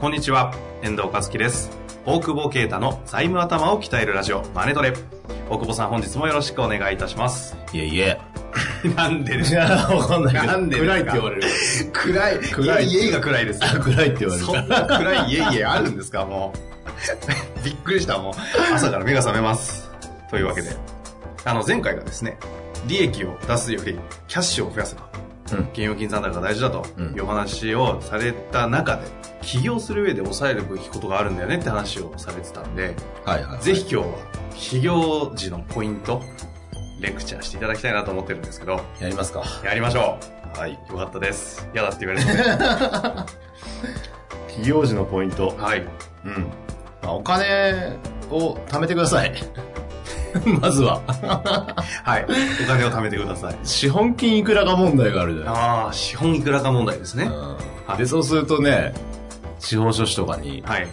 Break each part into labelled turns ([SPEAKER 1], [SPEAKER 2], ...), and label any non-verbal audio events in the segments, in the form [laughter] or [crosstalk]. [SPEAKER 1] こんにちは、遠藤和樹です。大久保啓太の財務頭を鍛えるラジオ、マネトレ。大久保さん、本日もよろしくお願いいたします。
[SPEAKER 2] いえいえ。
[SPEAKER 1] なんでです
[SPEAKER 2] い
[SPEAKER 1] か
[SPEAKER 2] や、わかんないけど。
[SPEAKER 1] なんでですか
[SPEAKER 2] 暗いって言われる。
[SPEAKER 1] 暗い。
[SPEAKER 2] 暗い
[SPEAKER 1] いや家が暗いです。
[SPEAKER 2] あ暗いって言われる
[SPEAKER 1] そ。んな暗い家々あるんですか、もう。 [laughs] びっくりした、もう。朝から目が覚めます。というわけで、あの、前回がですね、利益を出すよりキャッシュを増やせと。
[SPEAKER 2] うん
[SPEAKER 1] 現預金残高が大事だと
[SPEAKER 2] うん
[SPEAKER 1] いうお話をされた中で、起業する上で抑えるべきことがあるんだよねって話をされてたんで、
[SPEAKER 2] はいはい。
[SPEAKER 1] ぜひ今日は起業時のポイント、レクチャーしていただきたいなと思ってるんですけど、
[SPEAKER 2] やりますか。
[SPEAKER 1] やりましょう。はい。よかったです。嫌だって言われて。
[SPEAKER 2] 起業時のポイント。
[SPEAKER 1] [laughs] はい。
[SPEAKER 2] うん。まあ、お金を貯めてください。 [laughs] まずは。
[SPEAKER 1] はい。お金を貯めてください。
[SPEAKER 2] 資本金いくらか問題があるじゃない
[SPEAKER 1] ああ、資本いくらか問題ですね。
[SPEAKER 2] うん。で、そうするとね、司法書士とかに、
[SPEAKER 1] はい。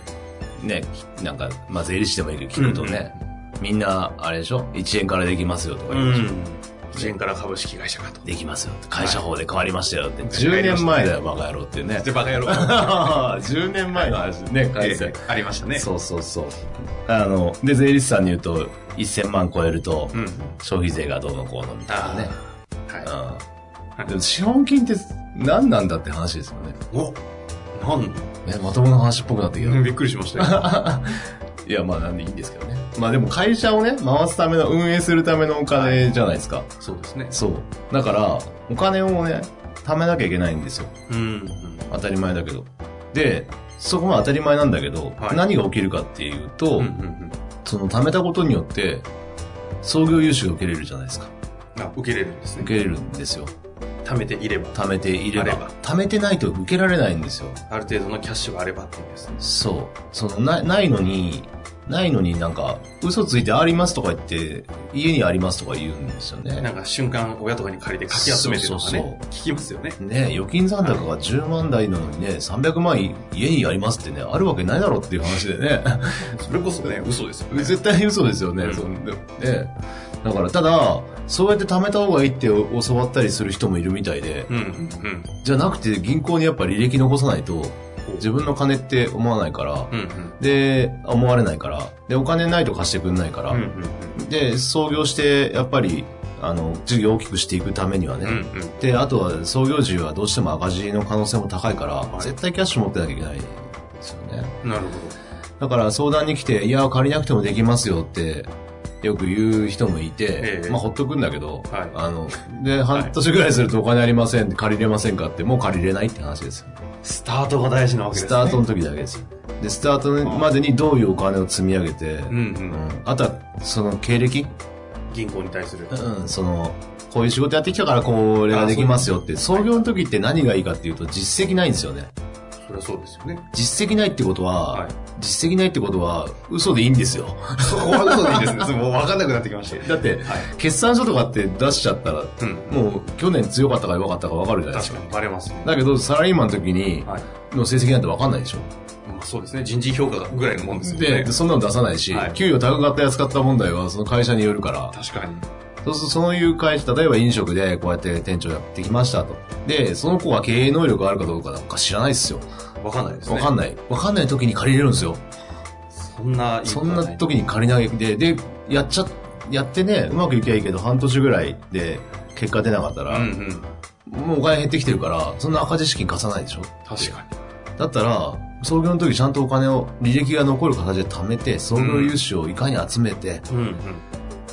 [SPEAKER 2] ね、きなんか、まあ、税理士でもいいけど聞くとね、みんな、あれでしょ ?1 円からできますよとか
[SPEAKER 1] う
[SPEAKER 2] 言うでしょ、
[SPEAKER 1] ん。自円から株式会社かと。
[SPEAKER 2] できますよって。会社法で変わりましたよって。
[SPEAKER 1] 変わ
[SPEAKER 2] 10
[SPEAKER 1] りましたね
[SPEAKER 2] 年前だよ、バカ野郎っていうね。
[SPEAKER 1] で、バカ野郎。
[SPEAKER 2] [laughs] 10年前の話ね、書いてたよ
[SPEAKER 1] ありましたね。
[SPEAKER 2] そうそうそう。あの、で、税理士さんに言うと、1000万超えると、
[SPEAKER 1] うん。
[SPEAKER 2] 消費税がどうのこうのみたいなね。
[SPEAKER 1] は
[SPEAKER 2] うん。でも、資本金って何なんだって話ですよね。
[SPEAKER 1] い。おなん
[SPEAKER 2] ね、まともな話っぽくなってきた。
[SPEAKER 1] うんびっくりしましたよ。
[SPEAKER 2] いや、まあ、なんでいいんですけどね。まあでも、会社をね、回すための、運営するためのお金じゃないですか。
[SPEAKER 1] [laughs] そうですね。
[SPEAKER 2] そう。だから、お金をね、貯めなきゃいけないんですよ。
[SPEAKER 1] うん。
[SPEAKER 2] 当たり前だけど。で、そこも当たり前なんだけど、
[SPEAKER 1] はい
[SPEAKER 2] 何が起きるかっていうと、
[SPEAKER 1] うん。うんうん。
[SPEAKER 2] その貯めたことによって、創業融資が受けれるじゃないですか。
[SPEAKER 1] あ、受けれるんですね。
[SPEAKER 2] 受けれるんですよ。
[SPEAKER 1] 貯めていれば、
[SPEAKER 2] 貯めていれば。
[SPEAKER 1] あれば
[SPEAKER 2] 貯めてないと受けられないんですよ。
[SPEAKER 1] ある程度のキャッシュがあればっていうんですね。
[SPEAKER 2] そう。その、な、ないのに、ないのになんか、嘘ついてありますとか言って、家にありますとか言うんですよ
[SPEAKER 1] な
[SPEAKER 2] ね。
[SPEAKER 1] んか瞬間親とかに借りてかき集めてるとか
[SPEAKER 2] そうそう
[SPEAKER 1] ね
[SPEAKER 2] そ。
[SPEAKER 1] 聞きますよね。
[SPEAKER 2] ね預金残高が10万台なのにね、300万家にありますってね、あるわけないだろっていう話でね。 [laughs]
[SPEAKER 1] それこそね、嘘ですよね。
[SPEAKER 2] 絶対嘘ですよ
[SPEAKER 1] う
[SPEAKER 2] ね。
[SPEAKER 1] ん
[SPEAKER 2] そんでねだから、ただ、そうやって貯めた方がいいって教わったりする人もいるみたいで、
[SPEAKER 1] うん。うん。
[SPEAKER 2] じゃなくて銀行にやっぱ履歴残さないと、自分の金って思わないから、
[SPEAKER 1] うん。うん。
[SPEAKER 2] で、思われないから、で、お金ないと貸してくんないから、
[SPEAKER 1] うん。うん。
[SPEAKER 2] で、創業して、やっぱり、あの、事業を大きくしていくためにはね、
[SPEAKER 1] うん。うん。
[SPEAKER 2] で、あとは創業時はどうしても赤字の可能性も高いから、
[SPEAKER 1] い
[SPEAKER 2] 絶対キャッシュ持ってなきゃいけないんですよね。
[SPEAKER 1] なるほど。
[SPEAKER 2] だから相談に来て、いや、借りなくてもできますよって、よく言う人もいて
[SPEAKER 1] え、え
[SPEAKER 2] まあ、ほっとくんだけど、
[SPEAKER 1] はい
[SPEAKER 2] あの、で、半年ぐらいするとお金ありません、借りれませんかって、もう借りれないって話ですよ。
[SPEAKER 1] スタートが大事なわけです
[SPEAKER 2] ス
[SPEAKER 1] ね。
[SPEAKER 2] タートの時だけですよ。で、スタートまでにどういうお金を積み上げて、
[SPEAKER 1] う
[SPEAKER 2] うんん
[SPEAKER 1] うん。
[SPEAKER 2] あとは、その経歴、
[SPEAKER 1] 銀行に対する。
[SPEAKER 2] うん、その、こういう仕事やってきたからこれができますよって、創業の時って何がいいかっていうと、実績ないんですよね。
[SPEAKER 1] そりゃそうですよね。
[SPEAKER 2] 実績ないってことは、
[SPEAKER 1] はい
[SPEAKER 2] 実績ないってことは、嘘でいいんですよ。
[SPEAKER 1] そこは嘘でいいですね。もう分かんなくなってきました。
[SPEAKER 2] だって、
[SPEAKER 1] はい。
[SPEAKER 2] 決算書とかって出しちゃったら、
[SPEAKER 1] うん。
[SPEAKER 2] もう去年強かったか弱かったか分かるじゃない
[SPEAKER 1] 確
[SPEAKER 2] です
[SPEAKER 1] か
[SPEAKER 2] か。
[SPEAKER 1] にバレますね。
[SPEAKER 2] だけど、サラリーマンの時に、
[SPEAKER 1] はい。
[SPEAKER 2] の成績なんて分かんないでしょ。
[SPEAKER 1] まあそうですね。人事評価がぐらいのもんですよね。
[SPEAKER 2] で、そんなの出さないし、
[SPEAKER 1] はい
[SPEAKER 2] 給与高かった安かった問題はその会社によるから、
[SPEAKER 1] 確かに。
[SPEAKER 2] そうするとそういう会社、例えば飲食でこうやって店長やってきましたと。で、その子が経営能力があるかどうかなんか知らないっすよ。
[SPEAKER 1] 分かんないですね。
[SPEAKER 2] 分かんない。分かんない時に借りれるんですよ。
[SPEAKER 1] そんな、
[SPEAKER 2] そんな時に借り投げて、で、やっちゃ、やってね、うまくいきゃいいけど、半年ぐらいで結果出なかった
[SPEAKER 1] うん
[SPEAKER 2] ら、
[SPEAKER 1] うん。
[SPEAKER 2] もうお金減ってきてるから、そんな赤字資金貸さないでしょ。
[SPEAKER 1] 確か
[SPEAKER 2] だったら、創業の時ちゃんとお金を、履歴が残る形で貯めて、創業融資をいかに集めて、
[SPEAKER 1] に。うんうん。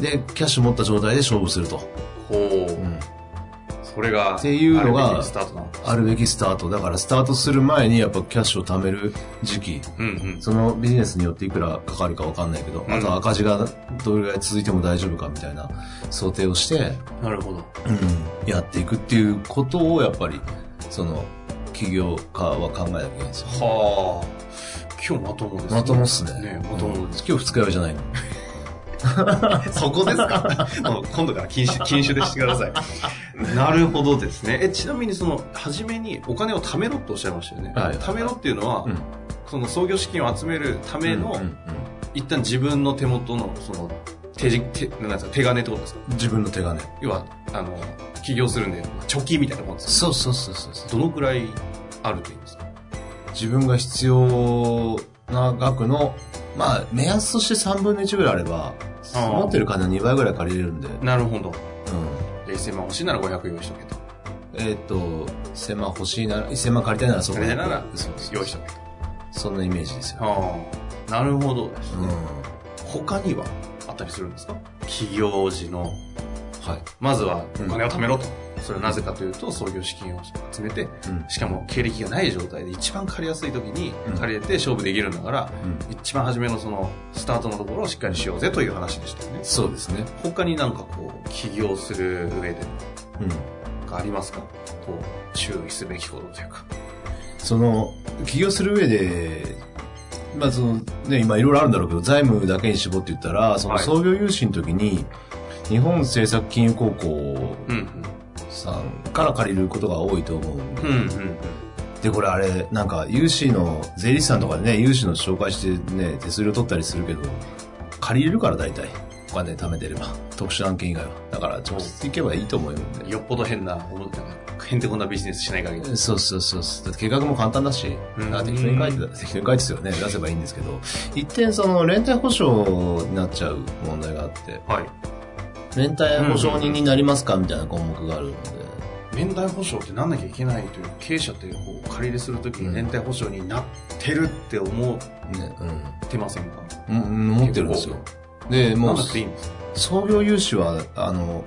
[SPEAKER 2] で、キャッシュ持った状態で勝負すると。
[SPEAKER 1] ほう。これが、
[SPEAKER 2] っていうのが
[SPEAKER 1] あるべきスタートなんです。
[SPEAKER 2] あるべきスタート。だからスタートする前にやっぱキャッシュを貯める時期。
[SPEAKER 1] うんうん。
[SPEAKER 2] そのビジネスによっていくらかかるかわかんないけど、
[SPEAKER 1] ん
[SPEAKER 2] あと赤字がどれぐらい続いても大丈夫かみたいな想定をして、
[SPEAKER 1] なるほど。
[SPEAKER 2] うん、やっていくっていうことをやっぱり、その、企業家は考えなきゃいけないんですよ。
[SPEAKER 1] はあ。今日まともですね。
[SPEAKER 2] まともっすね。
[SPEAKER 1] ねまと
[SPEAKER 2] うん
[SPEAKER 1] もです。
[SPEAKER 2] 今日二日酔いじゃないの。
[SPEAKER 1] そこですか [laughs] もう今度から禁酒、禁酒でしてください。なるほどですね。え、ちなみにその、初めにお金を貯めろとおっしゃいましたよね。
[SPEAKER 2] はい
[SPEAKER 1] 貯めろっていうのは、
[SPEAKER 2] うん
[SPEAKER 1] その創業資金を集めるための、
[SPEAKER 2] うんうん
[SPEAKER 1] 一旦自分の手元の、その、手じ、手、なんですか、手金ってことですか
[SPEAKER 2] 自分の手金。
[SPEAKER 1] 要は、あの、起業するんで、貯金みたいなもんですよ
[SPEAKER 2] そうそうそうそうそう。
[SPEAKER 1] どのくらいあるといいんですか
[SPEAKER 2] 自分が必要な額の、まあ、目安として3分の1ぐらいあれば、
[SPEAKER 1] あー
[SPEAKER 2] 持ってる金の2倍ぐらい借りれるんで、うん。
[SPEAKER 1] なるほど。で、1000万欲しいなら500用意しとけと。
[SPEAKER 2] えっ、と、1000万欲しいなら、1000万借りたいならそこ
[SPEAKER 1] 借りたいなら
[SPEAKER 2] そうそう
[SPEAKER 1] 用意しとけと。
[SPEAKER 2] そんなイメージですよ。
[SPEAKER 1] ああ。なるほどです
[SPEAKER 2] う
[SPEAKER 1] ね。
[SPEAKER 2] ん。は
[SPEAKER 1] 他にはあったりするんですか起業時の、
[SPEAKER 2] い。
[SPEAKER 1] まずは
[SPEAKER 2] うん
[SPEAKER 1] お金を貯めろと。それはなぜかというと、創業資金を集めて、
[SPEAKER 2] うん。
[SPEAKER 1] しかも経歴がない状態で一番借りやすい時に
[SPEAKER 2] うん
[SPEAKER 1] 借りれて勝負できるんだから、
[SPEAKER 2] うん
[SPEAKER 1] 一番初めのそのスタートのところをしっかりしようぜという話でしたよね。
[SPEAKER 2] そうですね。
[SPEAKER 1] 他になんかこう、起業する上で
[SPEAKER 2] うん。
[SPEAKER 1] なんかありますかこう、注意すべきことというか。
[SPEAKER 2] その、起業する上で、まあその、ね、今いろいろあるんだろうけど、財務だけに絞って言ったら、その
[SPEAKER 1] はい
[SPEAKER 2] 創業融資の時に、日本政策金融高校
[SPEAKER 1] うん
[SPEAKER 2] さんから借りることが多いと思うんで
[SPEAKER 1] うん。うんうん
[SPEAKER 2] で、これあれ、なんか、融資の、税理士さんとかでね、融資の紹介してね、手数料取ったりするけど、借りれるから大体、お金貯めてれば、特殊案件以外は。だから、直接行けばいいと思うん
[SPEAKER 1] うん。
[SPEAKER 2] で。
[SPEAKER 1] よっぽど変な、思ってな変てこなビジネスしない限り。
[SPEAKER 2] そうそうそうそう。だって計画も簡単だし、
[SPEAKER 1] うん
[SPEAKER 2] なんか適当に書いて、適当に書いてすよね、出せばいいんですけど、一点その、連帯保証になっちゃう問題があって、
[SPEAKER 1] はい。
[SPEAKER 2] 連帯保証人になりますかみたいな項目があるので、
[SPEAKER 1] 連帯保証ってなんなきゃいけないという、経営者ってこう、借り入れするときに連帯保証になってるって思っ
[SPEAKER 2] ね、
[SPEAKER 1] てませんか
[SPEAKER 2] うん。うん、持ってるんですよ。で、も
[SPEAKER 1] な
[SPEAKER 2] う、
[SPEAKER 1] んだっていいんですか
[SPEAKER 2] 創業融資は、あの、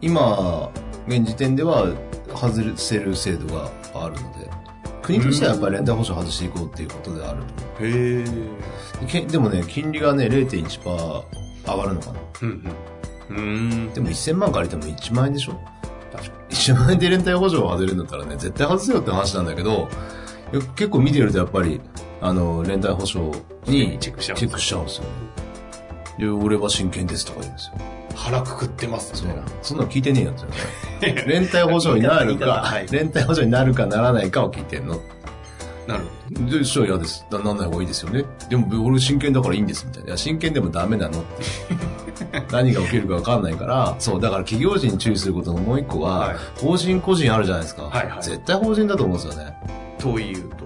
[SPEAKER 2] 今、現時点では外せる制度があるので、国としてはやっぱり連帯保証外していこうっていうことである。
[SPEAKER 1] へえ。
[SPEAKER 2] けでもね、金利がね、0.1%上がるのかな。
[SPEAKER 1] うんうん。うーん。
[SPEAKER 2] でも1000万借りても1万円でしょ
[SPEAKER 1] 確か
[SPEAKER 2] 1万円で連帯保証を外れるんだったらね、絶対外せよって話なんだけど、よ結構見てるとやっぱり、あの、連帯保証に
[SPEAKER 1] チェックしちゃうんです
[SPEAKER 2] チェックしちゃうんですよ。で、俺は真剣ですとか言うんですよ。
[SPEAKER 1] に。腹くくってます
[SPEAKER 2] そ
[SPEAKER 1] みたいな
[SPEAKER 2] う。。そんなの聞いてねえやつよね。
[SPEAKER 1] [laughs]
[SPEAKER 2] 連帯保証になる
[SPEAKER 1] 言い方
[SPEAKER 2] か
[SPEAKER 1] はい、
[SPEAKER 2] 連帯保証になるかならないかを聞いてんの。
[SPEAKER 1] なるほ
[SPEAKER 2] で、師匠嫌です。ななんない方がいいですよね。でも、俺真剣だからいいんです、みたいな。いや、真剣でもダメなのって
[SPEAKER 1] [laughs]
[SPEAKER 2] いう。何が起きるかわかんないから、そう、だから企業人に注意することのもう一個は、
[SPEAKER 1] はい
[SPEAKER 2] 法人個人あるじゃないですか。
[SPEAKER 1] はいはい
[SPEAKER 2] 絶対法人だと思うんですよね。
[SPEAKER 1] ど。というと。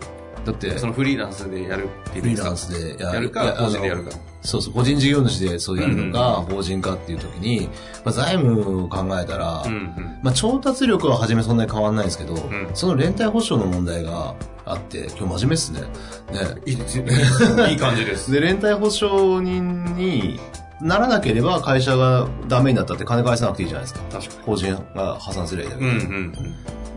[SPEAKER 2] だって、
[SPEAKER 1] そのフリーランスでやるっていう
[SPEAKER 2] フリーランスで
[SPEAKER 1] やる
[SPEAKER 2] い
[SPEAKER 1] か、
[SPEAKER 2] あの
[SPEAKER 1] 個人でやるか。
[SPEAKER 2] そうそう、個人事業主でそうやるのか、法人かっていう時に、まあ、財務を考えたら、
[SPEAKER 1] うんうん。
[SPEAKER 2] まあ、調達力は初めそんなに変わんないんですけど、
[SPEAKER 1] ん
[SPEAKER 2] その連帯保証の問題があって、今日真面目っすね。ね。
[SPEAKER 1] いいですね。いい感じです。
[SPEAKER 2] で、連帯保証人にならなければ会社がダメになったって金返さなくていいじゃないですか。
[SPEAKER 1] 確か
[SPEAKER 2] 法人が破産すればいいだけ
[SPEAKER 1] に。
[SPEAKER 2] ど。
[SPEAKER 1] うんうん。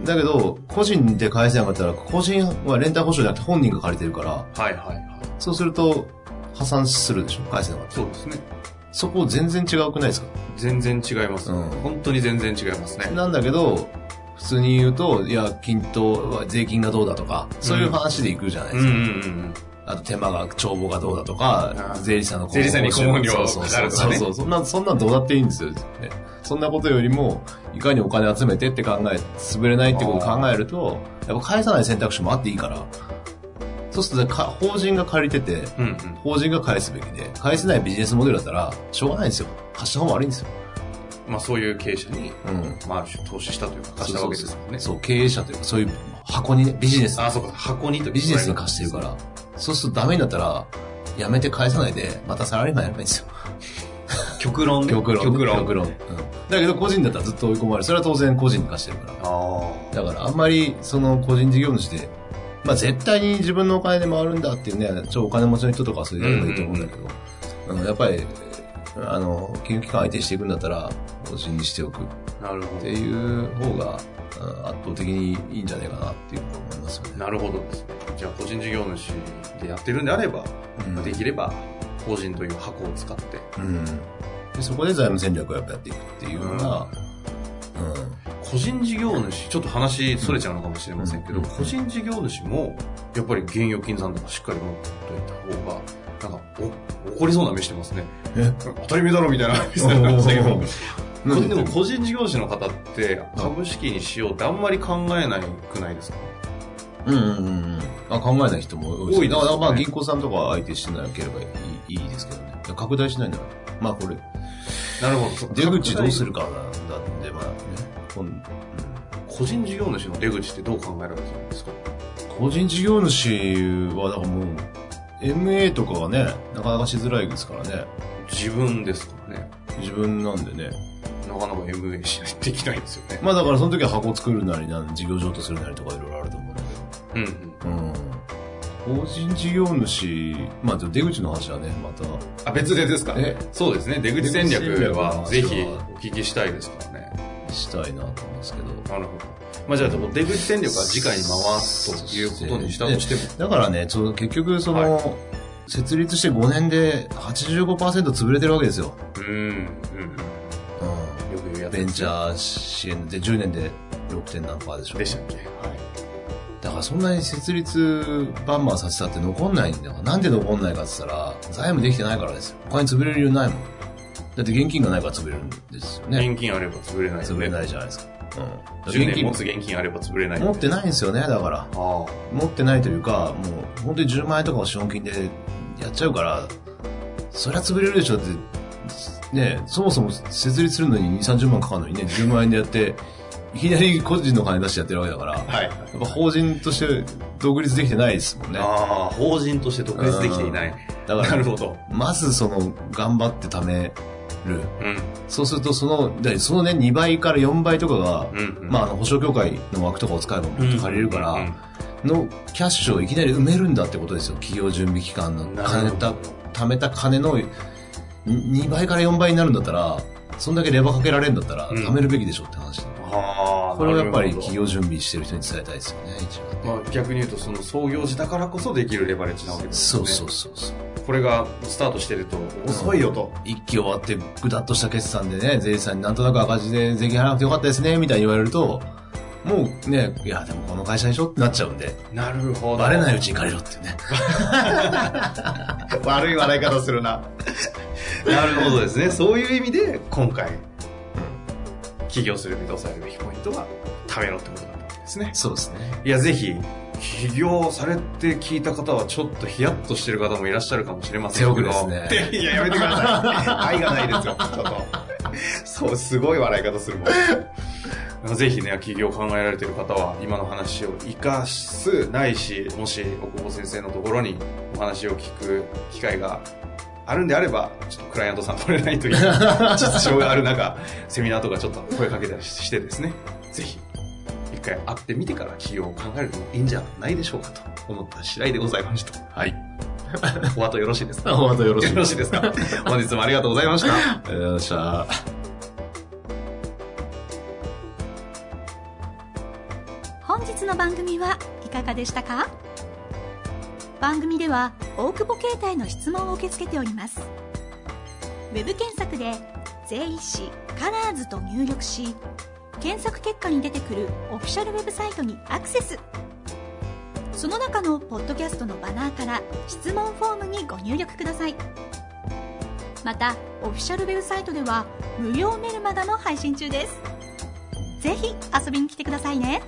[SPEAKER 2] だけど、個人で返せなかったら、個人は連帯保証じゃなくて本人が借りてるから、
[SPEAKER 1] はいはいはい。
[SPEAKER 2] そうすると破産するでしょ返せなかったら。
[SPEAKER 1] そうですね。
[SPEAKER 2] そこ全然違うくないですか
[SPEAKER 1] 全然違います、
[SPEAKER 2] うん
[SPEAKER 1] 本当に全然違いますね。
[SPEAKER 2] なんだけど、普通に言うと、いや、均等は、税金がどうだとか、そういう話でいくじゃないで
[SPEAKER 1] うん
[SPEAKER 2] す
[SPEAKER 1] う
[SPEAKER 2] か。
[SPEAKER 1] んうん。
[SPEAKER 2] あと手間が、帳簿がどうだとか
[SPEAKER 1] あ、ー
[SPEAKER 2] 税理士さんの
[SPEAKER 1] 税理士さんに顧問料
[SPEAKER 2] そうそうそう
[SPEAKER 1] かかるとかね
[SPEAKER 2] そうそうそんな、そんなどうだっていいんですよ。ねそんなことよりも、いかにお金集めてって考え、潰れないってことを考えると、やっぱ返さない選択肢もあっていいから、そうするとねか、法人が借りてて、
[SPEAKER 1] うんうん。
[SPEAKER 2] 法人が返すべきで、返せないビジネスモデルだったら、しょうがないんですよ。貸した方が悪いんですよ。
[SPEAKER 1] まあそういう経営者に、
[SPEAKER 2] うん。
[SPEAKER 1] まあある種投資したというか貸したわけですもんね。
[SPEAKER 2] そう、経営者というか、そういう箱にね、ビジネス
[SPEAKER 1] あ、そうか。箱にという
[SPEAKER 2] ビジネスに貸してるから。そうするとダメになったら、やめて返さないで、またサラリーマンやればいいんですよ。
[SPEAKER 1] ら。極論ね。
[SPEAKER 2] [laughs] 極論。
[SPEAKER 1] 極論。
[SPEAKER 2] 論。うん。だけど個人だったらずっと追い込まれる。それは当然個人に貸してるから。
[SPEAKER 1] あ
[SPEAKER 2] だからあんまり、その個人事業主で、まあ絶対に自分のお金で回るんだっていうね、超お金持ちの人とかはそれやればいいと思うんだけど、うんやっぱり、あの、金融機関相手にしていくんだったら、法人にしておくっ
[SPEAKER 1] なるほ
[SPEAKER 2] ていう方が、うん圧倒的にいいんじゃないかなっていうふうに思いますよね。
[SPEAKER 1] ど。なるほどです。じゃあ、個人事業主でやってるんであれば、
[SPEAKER 2] うん
[SPEAKER 1] できれば、法人という箱を使って、
[SPEAKER 2] うん、でそこで財務戦略をやっぱやっていくっていうの
[SPEAKER 1] [laughs]
[SPEAKER 2] が、う
[SPEAKER 1] 個人事業主、ちょっと話それちゃうのかもしれませんけど、
[SPEAKER 2] うん
[SPEAKER 1] 個人事業主も、やっぱり現預金残高しっかり持っておいた方が、なんか、お、怒りそうな目してますね。
[SPEAKER 2] え
[SPEAKER 1] 当たり前だろみたいな目してましたけ
[SPEAKER 2] [laughs]
[SPEAKER 1] ど、
[SPEAKER 2] ん、
[SPEAKER 1] でも個人事業主の方って、株式にしようってあんまり考えないくないですか
[SPEAKER 2] うんうんうんうんあ考えない人も多いです
[SPEAKER 1] 多いですよね
[SPEAKER 2] だからまあ銀行さんとかは相手してなければいいいいですけどね拡大しないならまあこれ
[SPEAKER 1] なるほど。
[SPEAKER 2] 出口どうす
[SPEAKER 1] る
[SPEAKER 2] るかなんだんでまあねこんうん
[SPEAKER 1] 個人事業主の出口ってどう考えられてるんですか
[SPEAKER 2] 個人事業主はだからもう MA とかはねなかなかしづらいですからね
[SPEAKER 1] 自分ですからね。
[SPEAKER 2] 自分なんでね
[SPEAKER 1] なかなか MA しないできないんですよね。
[SPEAKER 2] まあだからその時は箱作るなりなん事業譲渡するなりとかいろいろあると思うんだけど
[SPEAKER 1] うんうん。
[SPEAKER 2] うん法人事業主、まあ、ちょっと出口の話はね、また。
[SPEAKER 1] あ、別でですか
[SPEAKER 2] え
[SPEAKER 1] そうですね。出口戦略
[SPEAKER 2] 出口戦略
[SPEAKER 1] は
[SPEAKER 2] は
[SPEAKER 1] ぜひお聞きしたいですからね。
[SPEAKER 2] したいなと思うんですけど。
[SPEAKER 1] なるほど。まあじゃあ、出口戦略は次回に回すということにしたとしても。
[SPEAKER 2] だからね、その結局、その、設立して5年で85%潰れてるわけですよ。
[SPEAKER 1] うん、うん
[SPEAKER 2] う
[SPEAKER 1] うん。よく言うや
[SPEAKER 2] ん。
[SPEAKER 1] つ
[SPEAKER 2] ベンチャー支援で10年で6点何パーでしょ。
[SPEAKER 1] でしたっけはい。
[SPEAKER 2] だからそんなに設立バンバンさせたって残んないんだから。なんで残んないかって言ったら、財務できてないからですよ。他に潰れる理由ないもん。だって現金がないから潰れるんですよね。
[SPEAKER 1] 現金あれば潰れない、。
[SPEAKER 2] 潰れないいじゃないですか。うん。
[SPEAKER 1] 10年持つ現金あれば潰れない。
[SPEAKER 2] 持ってないんですよね、だから。
[SPEAKER 1] ああ。
[SPEAKER 2] 持ってないというか、もう本当に10万円とかを資本金でやっちゃうから、そりゃ潰れるでしょって、ね、そもそも設立するのに2、30万かかるのにね、10万円でやって、いきなり個人の金出してやってるわけだから、やっ
[SPEAKER 1] はい。
[SPEAKER 2] ぱ法人として独立できてないですもんね。だ
[SPEAKER 1] ああ、法人として独立できていない。
[SPEAKER 2] か
[SPEAKER 1] なる
[SPEAKER 2] ら、
[SPEAKER 1] ほど。
[SPEAKER 2] まずその、頑張って貯め
[SPEAKER 1] う
[SPEAKER 2] る。
[SPEAKER 1] ん、
[SPEAKER 2] そうすると、その、だそのね、2倍から4倍とかが、
[SPEAKER 1] うん、うん。
[SPEAKER 2] まあ、あの、保証協会の枠とかを使えばもっと借りるから、
[SPEAKER 1] うん
[SPEAKER 2] のキャッシュをいきなり埋めるんだってことですよ。企業準備期間の
[SPEAKER 1] なるほ
[SPEAKER 2] 金
[SPEAKER 1] ど
[SPEAKER 2] た、貯めた金の2倍から4倍になるんだったら、そんだけレバーかけられるんだったら、
[SPEAKER 1] うん
[SPEAKER 2] 貯めるべきでしょって話。
[SPEAKER 1] ああ、
[SPEAKER 2] これはやっぱり
[SPEAKER 1] なるほ
[SPEAKER 2] 企
[SPEAKER 1] ど
[SPEAKER 2] 業準備してる人に伝えたいですよね、一番ね。
[SPEAKER 1] まあ、逆に言うと、その創業時だからこそできるレバレッジなわけです
[SPEAKER 2] そ
[SPEAKER 1] よね。
[SPEAKER 2] うそうそうそう。
[SPEAKER 1] これがスタートしてると遅いよと。
[SPEAKER 2] 一期終わってぐだっとした決算でね、税理士さんになんとなく赤字で税金払わなくてよかったですね、みたいに言われると、もうね、いや、でもこの会社でしょってなっちゃうんで、
[SPEAKER 1] なるほど。
[SPEAKER 2] バレないうちに借りろっていうね。
[SPEAKER 1] [laughs] 悪い笑い方するな。なるほどですね。そういう意味で、今回、起業するべき、抑えるべきポイントは、ためろってことだったわけですね。
[SPEAKER 2] そうですね。
[SPEAKER 1] いや、ぜひ、起業されて聞いた方は、ちょっとヒヤッとしてる方もいらっしゃるかもしれませんけど。
[SPEAKER 2] 手遅れです
[SPEAKER 1] ね。いや、やめてください。愛がないですよ、ちょっと。そう、すごい笑い方するもん。ぜひね、起業を考えられてる方は、今の話を生かす、ないし、もし、奥久保先生のところにお話を聞く機会があるんであれば、ちょっとクライアントさん取れないという実情がある中、セミナーとかちょっと声かけたりしてですね、ぜひ、一回会ってみてから起業を考えるのもいいんじゃないでしょうかと思った次第でございました。
[SPEAKER 2] はい。
[SPEAKER 1] お後よろしいですか
[SPEAKER 2] [laughs] おまたよろし
[SPEAKER 1] よ [laughs]
[SPEAKER 2] く。
[SPEAKER 1] ろしいですか本日もありがとうございました。
[SPEAKER 2] ありがとうございました。
[SPEAKER 3] 本日の番組はいかがでしたか番組では大久保携帯の質問を受け付けておりますウェブ検索で「税理士カラーズと入力し検索結果に出てくるオフィシャルウェブサイトにアクセスその中のポッドキャストのバナーから質問フォームにご入力くださいまたオフィシャルウェブサイトでは無料メルマガも配信中ですぜひ遊びに来てくださいね